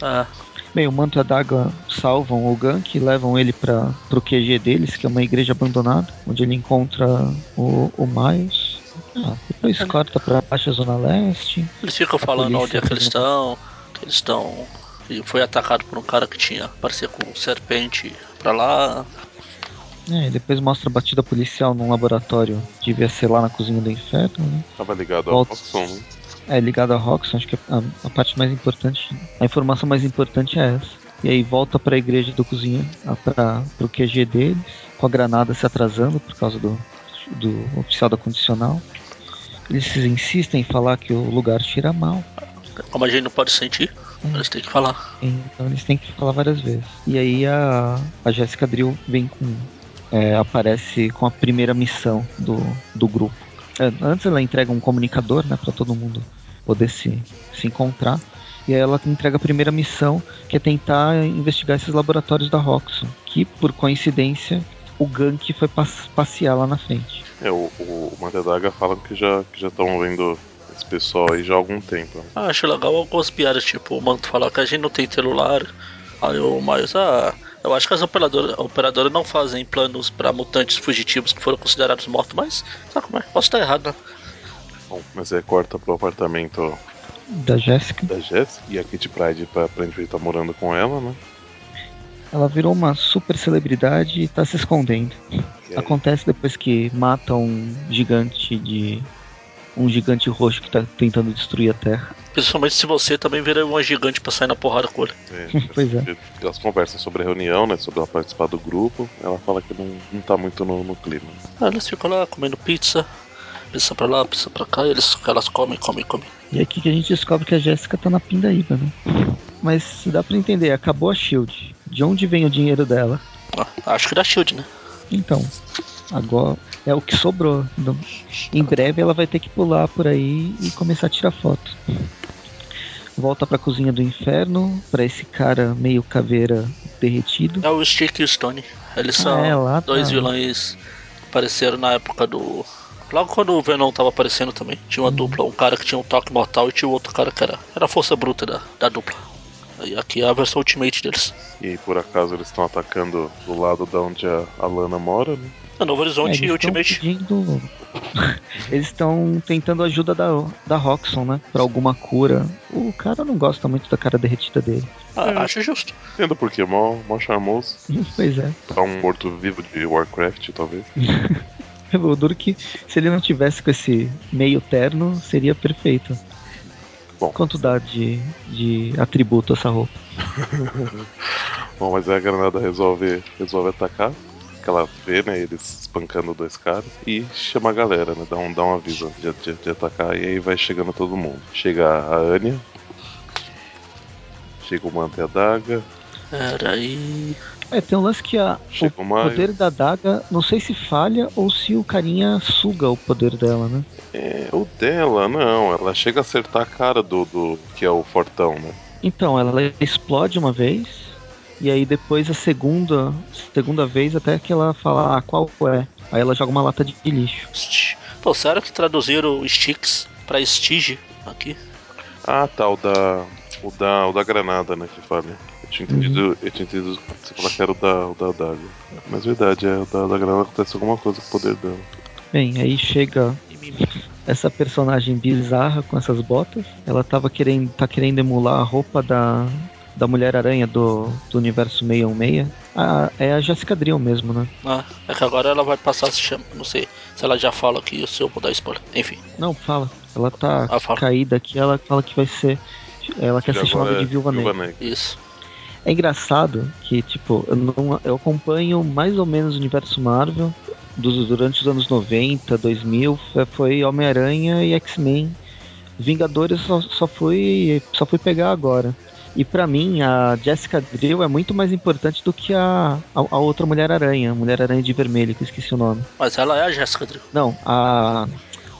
C: É.
A: Ah,
B: Bem, o manto e a daga salvam o Gank, levam ele para pro QG deles, que é uma igreja abandonada, onde ele encontra o, o Miles. Ah, depois corta pra Baixa Zona Leste.
A: eles ficam falando
B: polícia
A: onde é que
B: tá
A: eles estão, que eles estão. E foi atacado por um cara que tinha, parecia com um serpente pra lá.
B: É, e depois mostra a batida policial num laboratório, devia ser lá na cozinha do inferno, né?
C: Tava ligado ao
B: Volta.
C: Watson, né?
B: É ligado a Roxxon, acho que a, a parte mais importante, né? a informação mais importante é essa. E aí volta pra igreja do cozinha, a- pra, pro QG deles, com a granada se atrasando por causa do, do oficial da condicional. Eles insistem em falar que o lugar cheira mal,
A: Como a gente não pode sentir, eles têm que falar.
B: então eles têm que falar várias vezes. E aí a, a Jessica Drill vem com. é, aparece com a primeira missão do, do grupo. An- Antes ela entrega um comunicador, né, pra todo mundo poder se, se encontrar. E aí ela entrega a primeira missão, que é tentar investigar esses laboratórios da Roxxon, que por coincidência o Gank foi pas- passear lá na frente.
C: É, o, o, o Manta Daga falam que já estão que já tão vendo esse pessoal aí já há algum tempo. né?
A: Ah, acho legal algumas piadas, tipo o Manto falar que a gente não tem celular. Aí o Miles, ah, eu acho que as operadoras, operadoras não fazem planos pra mutantes fugitivos que foram considerados mortos, mas sabe como é? Posso estar errado, né?
C: Bom, mas é corta pro apartamento
B: Da Jéssica,
C: da Jéssica e a Kitty Pride pra, pra gente tá morando com ela, né?
B: ela virou uma super celebridade e tá se escondendo.
C: E aí-
B: Acontece depois que mata um gigante de. um gigante roxo que tá tentando destruir a Terra.
A: Principalmente se você também vira uma gigante pra sair na porrada com ele.
C: É,
B: Pois é.
C: Elas conversam sobre a reunião, né? Sobre ela participar do grupo. Ela fala que não, não tá muito no, no clima.
A: Aí Ah, eles ficam lá comendo pizza, pizza pra lá, pizza pra cá, e eles, elas comem, comem, comem.
B: E é aqui que a gente descobre que a Jéssica tá na pindaíba, né? Mas dá pra entender, acabou a Shield. De onde vem o dinheiro dela?
A: Ah, acho que da Shield, né?
B: Então, agora é o que sobrou. Não- Em breve ela vai ter que pular por aí e começar a tirar foto. Volta pra cozinha do inferno, pra esse cara meio caveira derretido.
A: É o Stick e o Stone. Eles são
B: Ah, é, lá tá.
A: dois vilões que apareceram na época do. Logo quando o Venom tava aparecendo também, tinha
B: Uhum.
A: uma dupla, um cara que tinha um toque mortal e tinha o outro cara que era, era a força bruta da, da dupla. E aqui é a versão ultimate deles.
C: E aí, por acaso, eles estão atacando do lado da onde a, a Lana mora, né?
A: É Novo Horizonte
B: É,
A: e
B: eles tão
A: Ultimate.
B: pedindo- eles estão tentando a ajuda da, da Roxxon, né? Pra alguma cura. O cara não gosta muito da cara derretida dele.
A: Ah,
C: É.
A: Acho justo.
C: Entendo porque, mó, mó charmoso.
B: pois é.
C: Tá um morto-vivo de Warcraft, talvez.
B: Eu duro que se ele não tivesse com esse meio terno, seria perfeito.
C: Bom.
B: Quanto dá de, de atributo essa roupa?
C: Bom, mas aí a granada resolve, resolve atacar. Que ela vê, né? Eles espancando dois caras. E chama a galera, né? Dá um, dá um aviso antes de, de, de atacar. E aí vai chegando todo mundo. Chega a Anya. Chega o Manta e a Daga.
A: Peraí.
B: É, tem um lance que a,
C: Chega
B: o
C: o Maio.
B: poder da daga, não sei se falha ou se o carinha suga o poder dela, né?
C: É, o dela, não. Ela chega a acertar a cara do, do que é o Fortão, né?
B: Então, ela explode uma vez, e aí depois a segunda, segunda vez até que ela fala ah, qual é. Aí ela joga uma lata de lixo.
A: Sti- Pô, sério que traduziram Sticks pra Stige aqui?
C: Ah, tá, o da. O da, o da granada, né, que fala. Eu tinha
B: Uhum.
C: entendido, eu tinha entendido você falar que era o da, o da Daga. Mas verdade, é, o da, da granada acontece alguma coisa com o poder dela.
B: Bem, aí chega essa personagem bizarra com essas botas. Ela tava querendo, tá querendo emular a roupa da, da Mulher-Aranha do, do universo 616. Ah, é a Jessica Drill mesmo, né?
A: Ah, é que agora ela vai passar a se chamar. Não sei se ela já fala aqui ou se eu vou dar spoiler. Enfim,
B: Não, fala. Ela tá
A: Ah, fala.
B: caída aqui, ela fala que vai ser. Ela quer
C: Que
B: ser
C: agora
B: chamada de
C: é
B: Viúva Negra.
A: isso.
B: É engraçado que, tipo, eu, não- eu acompanho mais ou menos o universo Marvel dos- durante os anos 90, 2000. foi- Foi Homem-Aranha e X-Men. Vingadores só, só, fui, só fui pegar agora. E pra mim, a Jessica Drill é muito mais importante do que a, a, a outra Mulher-Aranha. Mulher-Aranha de vermelho, que eu esqueci o nome.
A: Mas ela é a Jéssica Drill.
B: Não, a.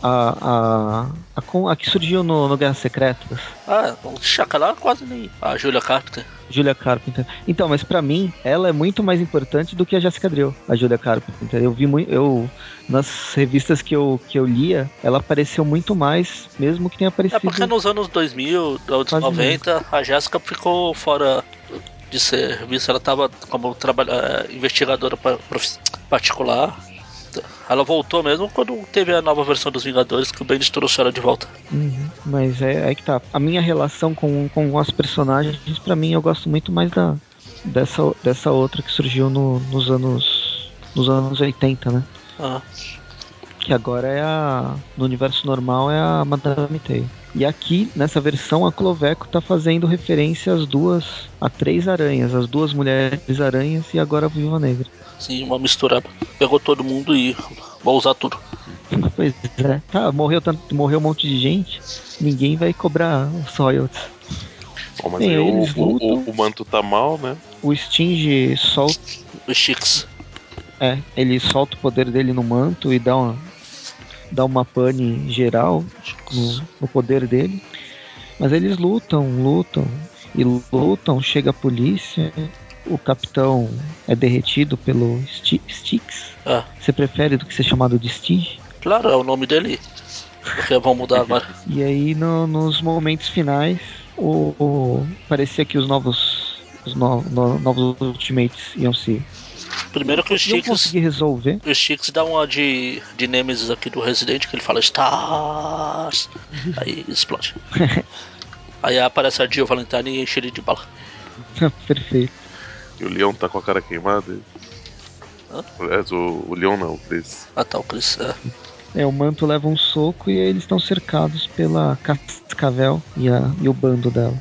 B: A, a, a, com- a que surgiu no, no Guerra Secretas,
A: Ah, chaca lá quase nem. A Julia Carpenter.
B: Julia Carpenter. Então, mas pra mim, ela é muito mais importante do que a Jessica Drill, a Julia Carpenter. Eu vi muito. Eu, nas revistas que eu, que eu lia, ela apareceu muito mais, mesmo que tenha
A: É
B: aparecido.
A: porque nos anos 2000, dos anos
B: Quase
A: 90, a Jéssica ficou fora de serviço. Ela tava como trabalha, eh, investigadora pa- profi- particular. Ela voltou mesmo quando teve a nova versão dos Vingadores, que o Bendis trouxe ela de volta.
B: Uhum, mas é aí que tá. A minha relação com, com as personagens, pra mim, eu gosto muito mais da, dessa, dessa outra que surgiu no- nos anos. nos anos 80, né?
A: Ah,
B: Que agora é a. No universo normal é a Madame Teia. E aqui, nessa versão, a Cloveco tá fazendo referência às duas. a três aranhas, as duas mulheres aranhas e agora a Viúva Negra.
A: sim, uma misturada. Pegou todo mundo e vou usar tudo.
B: Pois é, tá, morreu tanto. Morreu um monte de gente, ninguém vai cobrar os royalties.
C: Bom, mas
B: Bem,
C: aí
B: aí
C: o,
B: eles
C: o- o-
B: lutam.
C: o manto tá mal, né?
B: O Sting solta.
A: Os Chicks.
B: É, ele solta o poder dele no manto e dá uma, dá uma pane geral no, no poder dele. Mas eles lutam, lutam e lutam. Chega a polícia, o capitão é derretido pelo Sti- Styx.
A: Ah,
B: Você prefere do que ser chamado de Stig?
A: claro, é o nome dele. Porque vão mudar agora.
B: E aí, no- nos momentos finais, o, o- parecia que os novos. Os no- no- novos Ultimates iam se.
A: Primeiro que os
B: iam
A: Chicks.
B: conseguir resolver.
A: O Chicks dá uma de, de Nemesis aqui do Resident, que ele fala Stars. Aí explode. Aí aparece a Jill Valentine e enche ele de bala.
B: Perfeito.
C: E o Leon tá com a cara queimada. e-
A: Hã?
C: Aliás, o, o Leon não, o Chris.
A: Ah tá, o Chris. é.
B: É, o manto leva um soco e eles estão cercados pela Cascavel e, a- e o bando dela.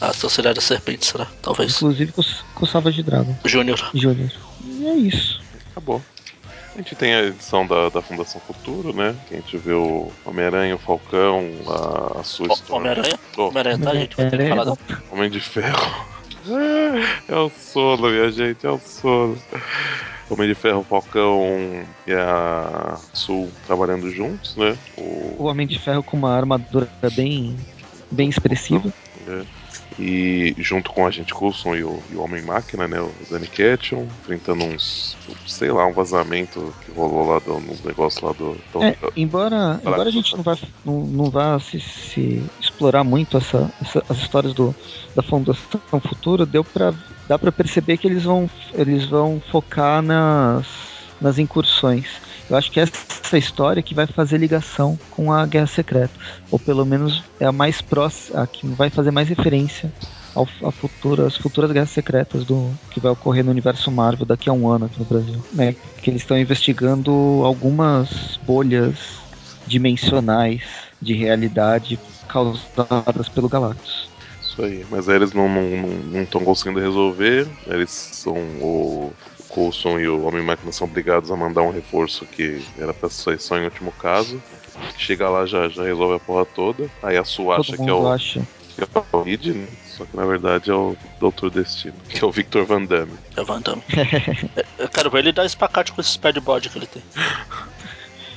A: Ah, se auxiliar da serpente, será? Talvez.
B: Inclusive com, os- com o Savage Dragon
A: Júnior.
B: Jr. E é isso.
C: Tá bom. A gente tem a edição da, da Fundação Futuro, né? Que a gente vê o Homem-Aranha, o Falcão, a, a sua
A: Ó, Homem-Aranha?
C: Oh,
A: Homem-Aranha, tá, gente? Vai ter
B: É,
A: que falar da...
C: Homem de Ferro. É o sono, minha gente, é o sono. Homem de Ferro, Falcão e a Sul trabalhando juntos, né? O-
B: O Homem de Ferro com uma armadura bem, bem expressiva.
C: né? E junto com a gente Coulson e o, e o Homem-Máquina, né? O Danny Ketchum, enfrentando uns, sei lá, um vazamento que rolou lá do, nos negócios lá do. do-
B: É, embora,
C: Fala.
B: embora a gente não vá, não, não vá se, se explorar muito essa, essa- as histórias do, da Fundação Futura, deu pra, dá para perceber que eles vão, eles vão focar nas, nas incursões. Eu acho que essa história é que vai fazer ligação com a Guerra Secreta, ou pelo menos é a mais próxima, a que vai fazer mais referência ao, a futura, as futuras guerras secretas do que vai ocorrer no universo Marvel daqui a um ano aqui no Brasil. Né? Que eles estão investigando algumas bolhas dimensionais de realidade causadas pelo Galactus.
C: Isso aí, mas aí eles não estão conseguindo resolver, eles são o Coulson e o Homem-Máquina são obrigados a mandar um reforço que era pra sair só em último caso. Chega lá, já, já resolve a porra toda. Aí a Su acha
B: Todo
C: que é
B: mundo
C: o
B: acha.
C: que é o Reed, né? Só que na verdade é o Doutor Destino, que é o Victor Van Damme.
A: É o Van Damme. É, Eu quero ver ele dar espacate com esse pad body que ele tem.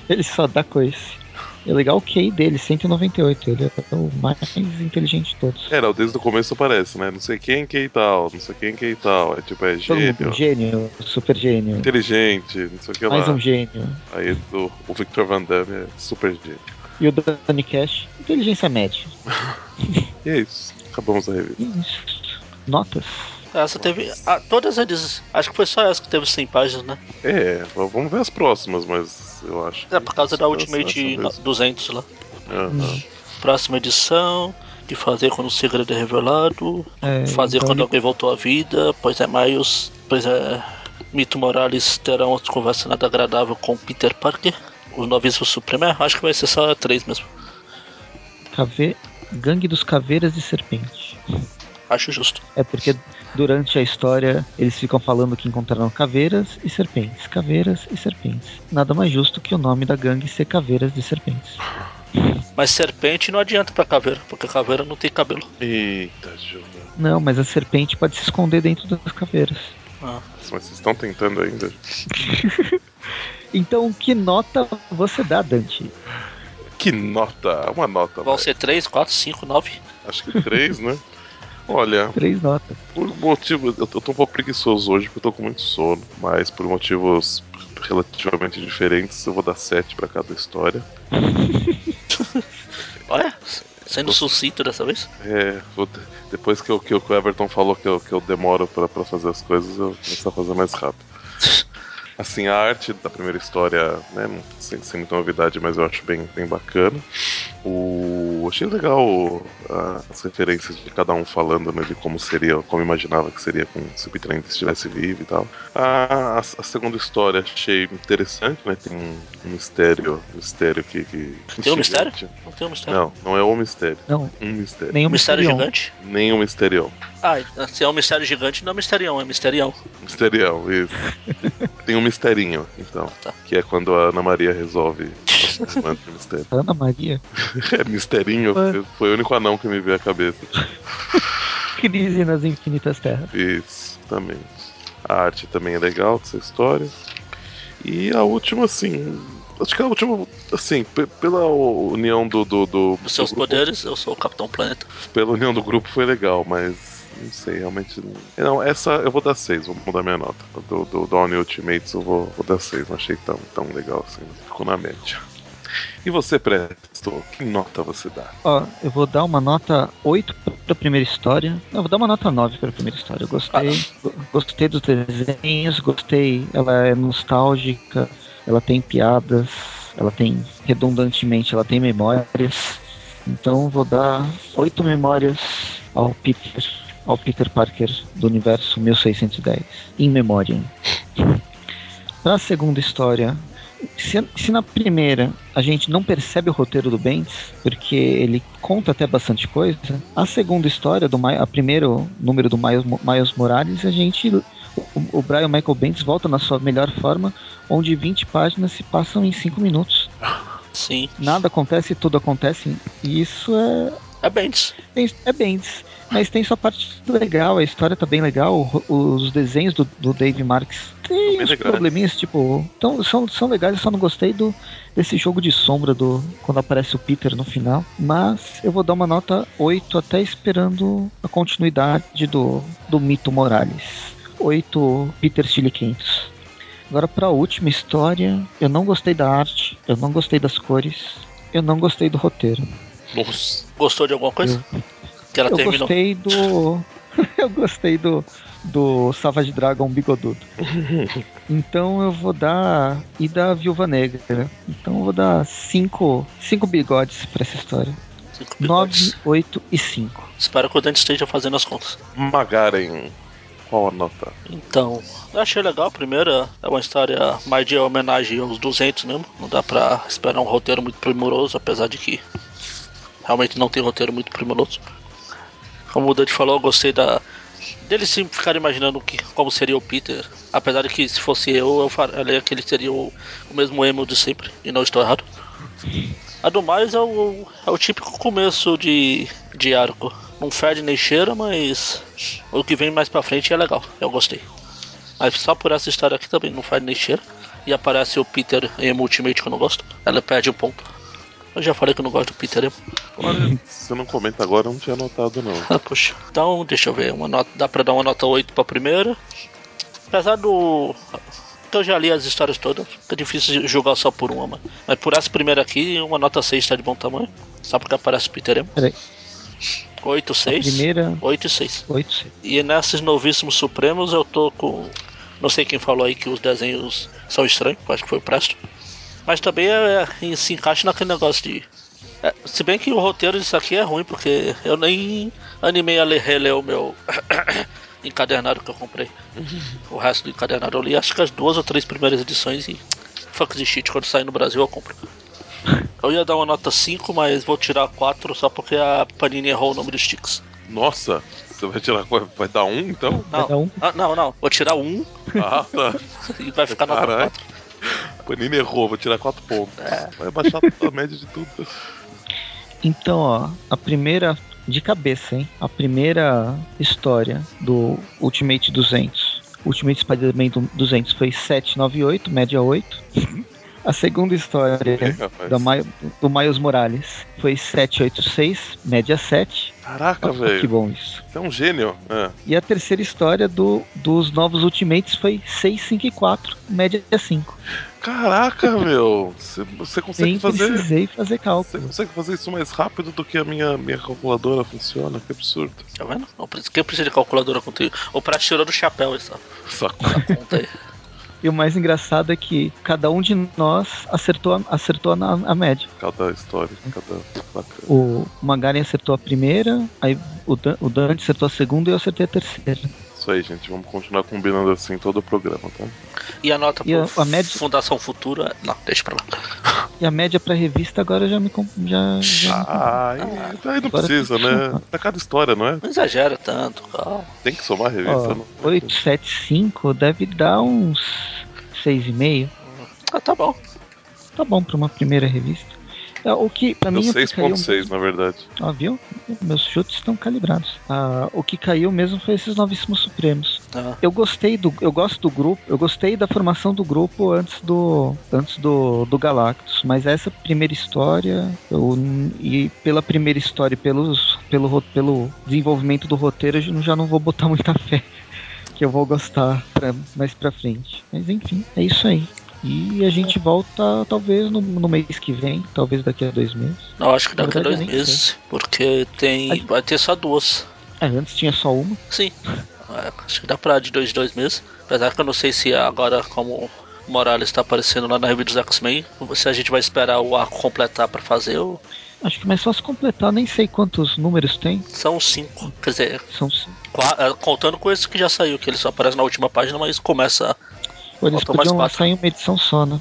B: Ele só dá coice. É legal o QI dele, 198. Ele é o mais inteligente de todos.
C: É, não, desde o começo aparece, né? Não sei quem que e tal, não sei quem que e tal. É tipo, é
B: Todo mundo um
C: gênio,
B: gênio, super gênio.
C: inteligente, não sei o que
B: Mais
C: lá.
B: um gênio.
C: Aí o, o Victor Van Damme é super gênio.
B: E o Danny Cash, inteligência média.
C: E é isso. Acabamos a revista.
B: Isso. Notas.
A: Essa teve. ah, todas eles. Acho que foi só essa que teve 100 páginas, né?
C: É, v- vamos ver as próximas, mas eu acho.
A: É por causa da
C: Essa-
A: Ultimate
C: essa mesmo.
A: 200 lá.
C: Aham.
A: Próxima edição. De fazer quando o segredo é revelado.
B: É,
A: fazer
B: então
A: quando
B: ele-
A: alguém voltou à vida. Pois é, Miles. Pois é. Mito Morales terá uma conversa nada agradável com Peter Parker. O novíssimo Supremo. é, Acho que vai ser só três mesmo.
B: Cave... Gangue dos Caveiras de Serpente.
A: Acho justo.
B: É porque durante a história eles ficam falando que encontraram caveiras e serpentes, caveiras e serpentes. Nada mais justo que o nome da gangue ser Caveiras de Serpentes.
A: Mas serpente não adianta pra caveira, porque caveira não tem cabelo.
C: Eita, Júlia.
B: Não, mas a serpente pode se esconder dentro das caveiras. Ah.
C: Mas vocês estão tentando ainda?
B: Então, que nota você dá, Dante?
C: Que nota! Uma nota,
A: Então Vão
C: velho.
A: ser 3, 4, 5, 9.
C: Acho que três, né? Olha,
B: Três notas.
C: por motivos. Eu tô eu tô um pouco preguiçoso hoje porque eu tô com muito sono, mas por motivos relativamente diferentes, eu vou dar sete pra cada história.
A: Olha, sendo sucinto dessa vez.
C: É, vou te- depois que, o que o Everton falou que eu, que eu demoro pra, pra fazer as coisas, eu vou começar a fazer mais rápido. Assim, a arte da primeira história, né, não- sem, sem muita novidade, mas eu acho bem, bem bacana. O, achei legal o- a- as referências de cada um falando né, de como seria, como imaginava que seria com se o Peter ainda estivesse vivo e tal. A, a, a segunda história achei interessante, né, tem um, um mistério, mistério que... que
A: Tem um mistério?
C: instigante.
A: Não tem um mistério.
C: Não, não é o mistério,
B: Não,
C: um mistério.
B: nenhum
A: Mistério
B: misterião.
A: gigante?
C: Nem o Misterião.
A: Ah, se é um mistério gigante, não é misterião, é misterião.
C: Misterião, isso. Tem um misterinho, então.
A: Tá.
C: Que é quando a Ana Maria resolve. Manda o mistério.
B: Ana Maria.
C: É misterinho?
B: Ué.
C: Foi o único anão que me veio à cabeça.
B: Crise nas Infinitas Terras.
C: Isso, também. A arte também é legal dessa história. E a última, assim. Acho que a última, assim, pe- pela união do. do, do
A: Dos seus
C: do grupo-
A: poderes, eu sou o Capitão Planeta.
C: Pela união do grupo foi legal, mas. Não sei, realmente. Não, É, Não, essa eu vou dar 6, vou mudar minha nota. Do, do, do All New Ultimates eu vou, vou dar 6, não achei tão, tão legal assim, ficou na média. E você, Presto, que nota você dá?
B: Ó, eu vou dar uma nota 8 pra primeira história. Não, eu vou dar uma nota 9 pra primeira história. Eu gostei. go- Gostei dos desenhos, gostei. Ela é nostálgica, ela tem piadas, ela tem, redundantemente, ela tem memórias. Então eu vou dar 8 memórias ao Peter, ao Peter Parker do universo 1610. Em memória. Pra segunda história, se, se na primeira a gente não percebe o roteiro do Bendis, porque ele conta até bastante coisa, a segunda história, do Mi- a primeiro número do Miles, Mo- Miles Morales, a gente. O, o Brian Michael Bendis volta na sua melhor forma, onde 20 páginas se passam em 5 minutos.
A: Sim.
B: Nada acontece, tudo acontece, e isso é,
A: É Bendis.
B: tem, é Bendis. Mas tem sua parte legal, a história tá bem legal, o ro- os desenhos do, do Dave Marks
C: São
B: tem
C: bem
B: uns
C: legais.
B: probleminhas, tipo, tão, são, são legais, eu só não gostei do desse jogo de sombra do quando aparece o Peter no final, mas eu vou dar uma nota 8 até esperando a continuidade do, do Mito Morales. 8 Peter Chiliquentos. Agora pra última história, eu não gostei da arte, eu não gostei das cores, eu não gostei do roteiro.
C: Nossa,
A: Gostou de alguma coisa? Que ela
B: Eu
A: terminou.
B: gostei do. eu gostei do. Do Savage Dragon Bigodudo. então eu vou dar. E da Viúva Negra. Então eu vou dar cinco, cinco bigodes pra essa história.
A: Cinco bigodes.
B: 9, 8 e 5.
A: Espero que o Dante esteja fazendo as contas.
C: Magaren, qual a nota?
A: Então, eu achei legal. A primeira é uma história mais de homenagem aos 200 mesmo. Não dá pra esperar um roteiro muito primoroso, apesar de que realmente não tem roteiro muito primoroso. Como o Dante falou, eu gostei da. dele sim ficar imaginando que, como seria o Peter. Apesar de que se fosse eu, eu faria que ele seria o, o mesmo emo de sempre, e não estou errado. A do mais é o, é o típico começo de, de arco. Não fede nem cheira, mas o que vem mais pra frente é legal. Eu gostei. Mas só por essa história aqui também não fede nem cheira. E aparece o Peter em Ultimate que eu não gosto. Ela perde um ponto. Eu já falei que eu não gosto do Peter emo.
C: Olha, se você não comenta agora, eu não tinha notado, não.
A: Ah, puxa. Então, deixa eu ver. Uma nota, dá pra dar uma nota 8 pra primeira. Apesar do. que Eu já li as histórias todas, fica difícil de julgar só por uma, mas- mas por essa primeira aqui, uma nota 6 tá de bom tamanho, só porque aparece o Peter Emo.
B: Peraí.
A: 8, 6.
B: Primeira,
A: 8 e 6.
B: 8, 6.
A: E nesses Novíssimos Supremos eu tô com. Não sei quem falou aí que os desenhos são estranhos, acho que foi o Presto. Mas também é, é- se encaixa naquele negócio de. é, se bem que o roteiro disso aqui é ruim, porque eu nem animei a ler, reler o meu encadernado que eu comprei. O resto do encadernado eu li, acho que as duas ou três primeiras edições e. Fuck the shit, quando sair no Brasil eu compro. Eu ia dar uma nota 5, mas vou tirar 4 só porque a Panini errou o nome dos sticks.
C: Nossa, você vai tirar. qual- Vai dar um então?
A: Não,
B: Cada um?
A: Ah, não, não. Vou tirar um
C: Ah, tá.
A: e vai ficar na
C: Caralho.
A: quatro.
C: Panini errou, vou tirar quatro pontos. Vai baixar a média de tudo. assim,
B: Então, ó, a primeira de cabeça, hein? A primeira história do Ultimate 200. Ultimate Spider-Man do- 200 foi 798, média 8. A segunda história
C: Rapaz.
B: da Ma- do Miles Morales foi 786, média 7.
C: Caraca,
B: Olha que
C: velho.
B: bom isso.
C: Você é um gênio. É.
B: E a terceira história do, dos novos Ultimates foi 654, média 5.
C: Caraca, meu. Você, você consegue
B: Nem
C: fazer.
B: precisei
C: Você
B: fazer cálculo.
C: consegue fazer isso mais rápido do que a minha, minha calculadora funciona? Que absurdo.
A: Tá vendo? Não, precisa- quem precisa de calculadora contigo? O Prato tirou do chapéu essa,
C: Saco.
A: essa conta aí.
B: E o mais engraçado é que cada um de nós acertou, a- acertou na, a média.
C: Cada história, cada. Bacana.
B: O Magaren acertou a primeira, aí o, Dan, o Dante acertou a segunda e eu acertei a terceira.
C: Isso aí, gente. Vamos continuar combinando assim todo o programa, tá?
A: E a nota
B: E a-
A: pro
B: a média-
A: Fundação Futura. Não, deixa pra lá.
B: E a média pra revista agora já me. com- Já, já
C: Ah, aí, aí não
B: Agora
C: precisa,
B: tem que
C: né?
B: somar.
C: Tá cada história, não é?
A: Não exagera tanto, calma.
C: Tem que somar a revista,
B: ó,
C: não?
B: 875 deve dar uns 6,5.
A: Ah, tá bom.
B: Tá bom pra uma primeira revista. É, O que pra
C: Deu
B: mim. um o que caiu-
C: 6.6, na verdade.
B: Ó, viu? Meus chutes estão calibrados. Ah, o que caiu mesmo foi esses novíssimos supremos.
A: Ah,
B: Eu gostei do. Eu gosto do grupo. Eu gostei da formação do grupo antes do. Antes do, do Galactus. Mas essa primeira história. Eu, n- e pela primeira história e pelos, pelo, ro- pelo desenvolvimento do roteiro, eu já não- já não vou botar muita fé. Que eu vou gostar pra- mais pra frente. Mas enfim, é isso aí. E a gente volta talvez no, no mês que vem, talvez daqui a dois meses.
A: não, acho que daqui a
B: Na
A: dois
B: verdade, eu nem
A: meses. Porque tem.
B: Aí-
A: Vai ter só duas.
B: Ah, antes tinha só uma.
A: Sim. É, Acho que dá pra de dois em dois meses. Apesar que eu não sei se agora, como o Morales tá aparecendo lá na review dos X-Men, se a gente vai esperar o arco completar pra fazer ou.
B: Acho que mais fácil completar, nem sei quantos números tem.
A: São cinco. Quer dizer,
B: São cinco.
A: Qua- eh, Contando com esse que já saiu, que ele só aparece na última página, mas começa.
B: Pô, Eles
A: Faltam mais
B: podiam
A: quatro.
B: lançar em uma edição só, né?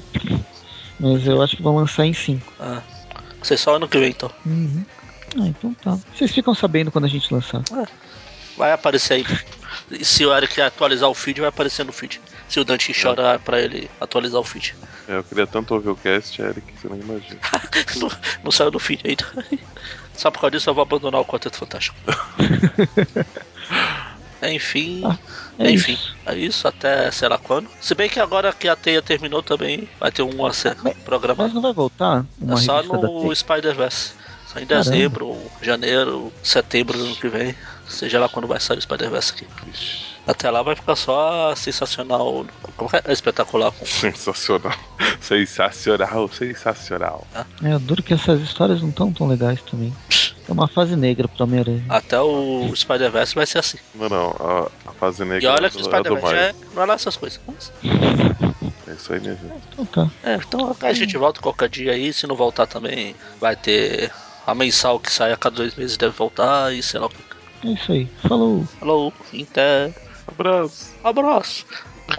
B: Mas eu acho que vão lançar em cinco.
A: Ah, sei só ano que vem, então.
B: Uhum. Ah, então tá. Vocês ficam sabendo quando a gente lançar.
A: Vai aparecer aí. E se o Eric atualizar o feed, vai aparecer no feed. Se o Dante chorar pra ele atualizar o feed.
C: É, eu queria tanto ouvir o cast, Eric, que você não imagina.
A: não, não saiu do feed ainda. Só por causa disso eu vou abandonar o Quarteto Fantástico. Enfim.
B: Ah, é
A: enfim.
B: isso.
A: É isso, até sei lá quando. Se bem que agora que a teia terminou também, vai ter um a ser
B: Ah, Mas
A: programado.
B: não vai voltar uma
A: É só
B: revista da
A: no
B: T?
A: Spider-Verse. Só em
B: Caramba.
A: dezembro, ou janeiro, setembro do ano que vem. Seja lá quando vai sair o Spider-Verse aqui.
C: Ixi,
A: Até lá vai ficar só sensacional. Como que é? Espetacular.
C: sensacional. Sensacional, sensacional.
B: É, eu duro que essas histórias não estão tão legais também. É uma fase negra pro Homem-Aranha.
A: Até o Spider-Verse vai ser assim.
C: Não, não, a, a fase negra
A: E olha
C: é
A: que o
C: do- é do
A: Spider-Verse já é,
C: mais.
A: não é lá essas coisas. Mas,
C: É isso aí, minha gente.
B: Então tá.
A: é, então a gente volta qualquer dia aí. Se não voltar também, vai ter a mensal que sai a cada dois meses deve voltar e sei lá o que.
B: É isso aí. Falou.
A: Falou, até.
C: Abraço.
A: Abraço.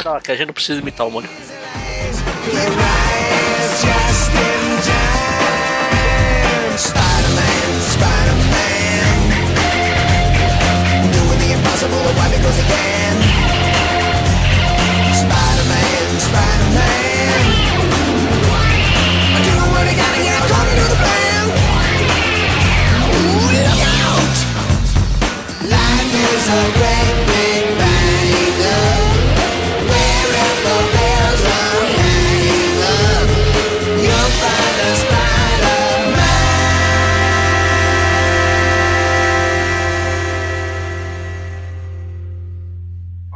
A: Não, que a gente não precisa imitar o Mônica.
D: Life is a great